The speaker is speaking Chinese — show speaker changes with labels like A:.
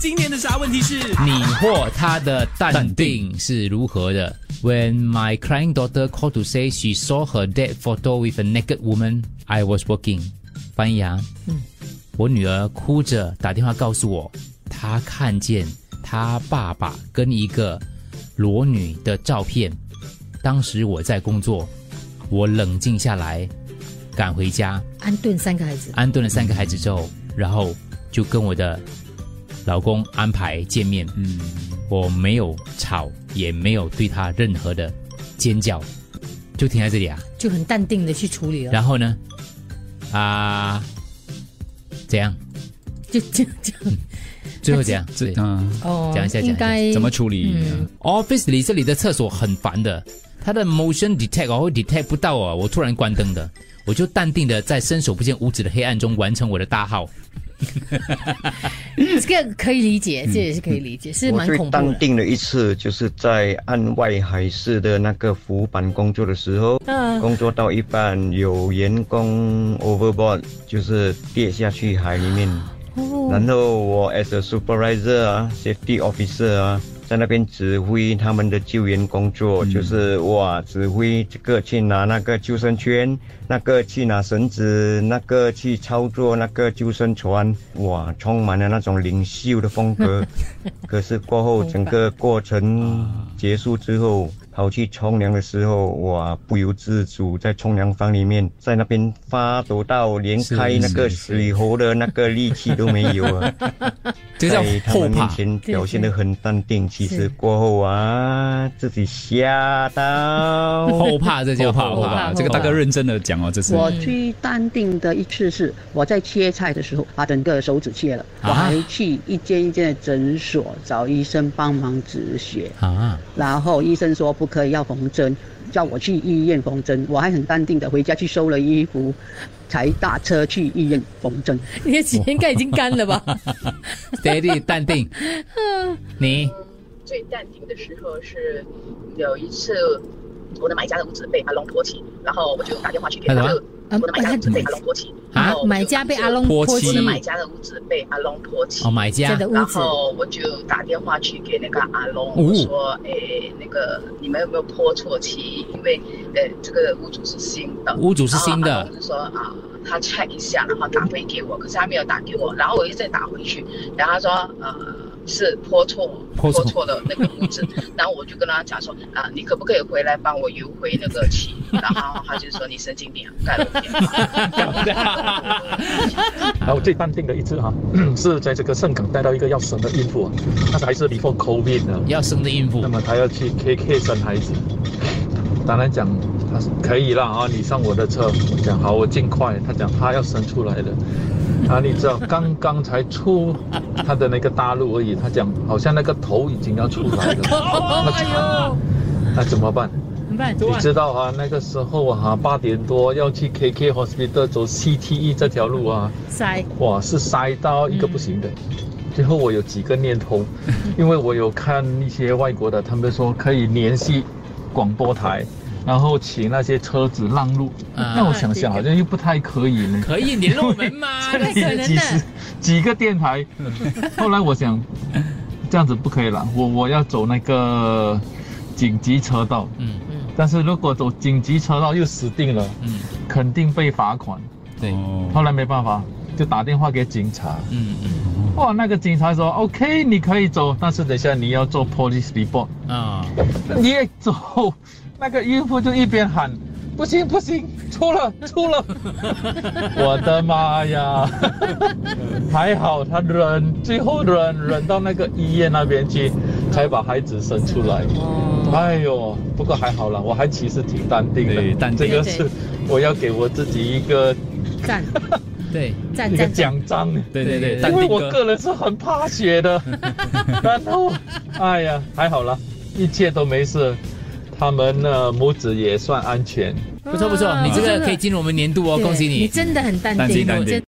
A: 今天的啥问题是？
B: 你或他的淡
C: 淡
B: 定
C: 定
B: 是如何的？When my crying daughter called to say she saw her dead photo with a naked woman, I was working。翻译啊，我女儿哭着打电话告诉我，她看见她爸爸跟一个裸女的照片。当时我在工作，我冷静下来，赶回家，
D: 安顿三个孩子，
B: 安顿了三个孩子之后，然后就跟我的老公安排见面。嗯，我没有吵，也没有对他任何的尖叫，就停在这里啊。
D: 就很淡定的去处理了，
B: 然后呢，啊，怎样？
D: 就这样这样
B: 最后怎样？
C: 这
B: 对
C: 嗯，
D: 哦
B: 嗯讲一下讲一下
D: 应该
C: 怎么处理？
B: 嗯 office 里这里的厕所很烦的，它的 motion detect 哦会 detect 不到啊，我突然关灯的，我就淡定的在伸手不见五指的黑暗中完成我的大号。
D: 这个可以理解，
B: 嗯
D: 这也是可以理解，是
E: 我
D: 蛮
E: 最
D: 恐怖
E: 淡
D: 的。
E: 定的一次，就是在岸外海事的那个浮板工作的时候，
D: 嗯
E: 工作到一半有员工 overboard，就是跌下去海里面。然后我 as a supervisor 啊，safety officer 啊，在那边指挥他们的救援工作，就是哇，指挥这个去拿那个救生圈，那个去拿绳子，那个去操作那个救生船，哇，充满了那种领袖的风格。可是过后整个过程结束之后，跑去冲凉的时候，哇，不由自主在冲凉房里面，在那边发抖到连
B: 是
E: 开那个
B: 是是
E: 水喉的那个力气都没有 啊。
B: 这叫
E: 在他
B: 后
E: 们面
B: 怕。
E: 前表现得很淡定，其
D: 是
E: 实过后啊，自己吓到。
B: 后怕，这叫
C: 怕不
B: 后
D: 后
B: 怕
D: 怕。
C: 怕？这个大哥认真的讲哦，这是
F: 我最淡定的一次是我在切菜的时候把整个手指切了，
B: 啊
F: 我还去一间一间的诊所找医生帮忙止血，
B: 啊，
F: 然后医生说不可以要缝针，叫我去医院缝针，我还很淡定的回家去收了衣服，才打车去医院缝针。
D: 你的指应该已经干了吧？
B: Steady 淡定，你
G: 最淡定的时候是嗯有一次，我的买家的屋子被阿龙拖起，然后我就打电话去给
B: 干
G: 他，
B: 嘛
G: 就我的买家的屋子被阿龙拖起，
B: 啊
G: 然后我就
D: 买家被阿龙
B: 泼
D: 泼
B: 漆
G: 我
D: 漆
G: 的，买家的屋子被阿龙拖起
B: 哦，买
D: 家
B: 家
D: 的屋
G: 然
D: 子，
G: 后我就打电话去给那个阿龙，
B: 哦
G: 我说：“诶、那个你们有没有泼错漆？因为呃，这个屋主是新的，
B: 屋主是新的
G: 然后阿龙就说啊，他 check 一下，然后打回给我，可是他没有打给我，然后我又再打回去，然后他说呃是泼错
B: 泼错
G: 错了那个屋 子，然后我就跟他讲说啊，你可不可以回来帮我邮回那个漆？然后他就说你神经病啊，干了我电话。
H: 然后最淡定的一次啊， 是在这个盛港带到一个要生的孕妇啊，那时还是 before COVID 的，
B: 要生的孕妇
H: 那，么她要去 KK 生孩子，当然讲她说可以啦啊，你上我的车，我讲好，我尽快，她讲她要生出来了。啊，你知道刚刚才出她的那个大陆而已，她讲好像那个头已经要出来了， 那惨了，那怎么办？
D: 哦哎怎么办？
H: 你知道啊，那个时候啊，八点多要去 KK Hospital 走 CTE 这条路啊，
D: 塞，
H: 哇，是塞到一个不行的。最后我有几个念头，嗯 因为我有看一些外国的，他们说可以联系广播台，然后请那些车子让路。
B: 啊
H: 那我想想，好像又不太可以呢。
B: 可以联络我们吗？
H: 这里
D: 太可能了
H: 几十几个电 台，后来我想这样子不可以了，我我要走那个紧急车道。
B: 嗯
H: 但是如果走紧急车道又死定了，
B: 嗯，
H: 肯定被罚款。
B: 对，
C: 哦
H: 后来没办法，就打电话给警察。
B: 嗯嗯
H: 哇，那个警察说 OK，你可以走，但是等一下你要做 police report。
B: 啊，
H: 你也走， 那个孕妇就一边喊。不行不行，出了出了！ 我的妈呀！ 还好他忍，最后忍忍到那个医院那边去，才把孩子生出来。
D: 哦，
H: 哎呦，不过还好了，我还其实挺淡定
C: 对
H: 的。
C: 淡定
H: 这个是我要给我自己一个
D: 赞
B: 对，
D: 赞
H: 一个
D: 赞赞，
H: 奖章，
C: 对对对，淡
H: 因为
C: 定
H: 我
C: 哥。
H: 个人是很怕 血的。然后，哎呀，还好了，一切都没事。他们呢，母子也算安全。
B: 不错不错，你这个可以进入我们年度哦，
D: 对
B: 恭喜你
D: 你。真的很淡
C: 淡
D: 定，
C: 定淡定
D: 真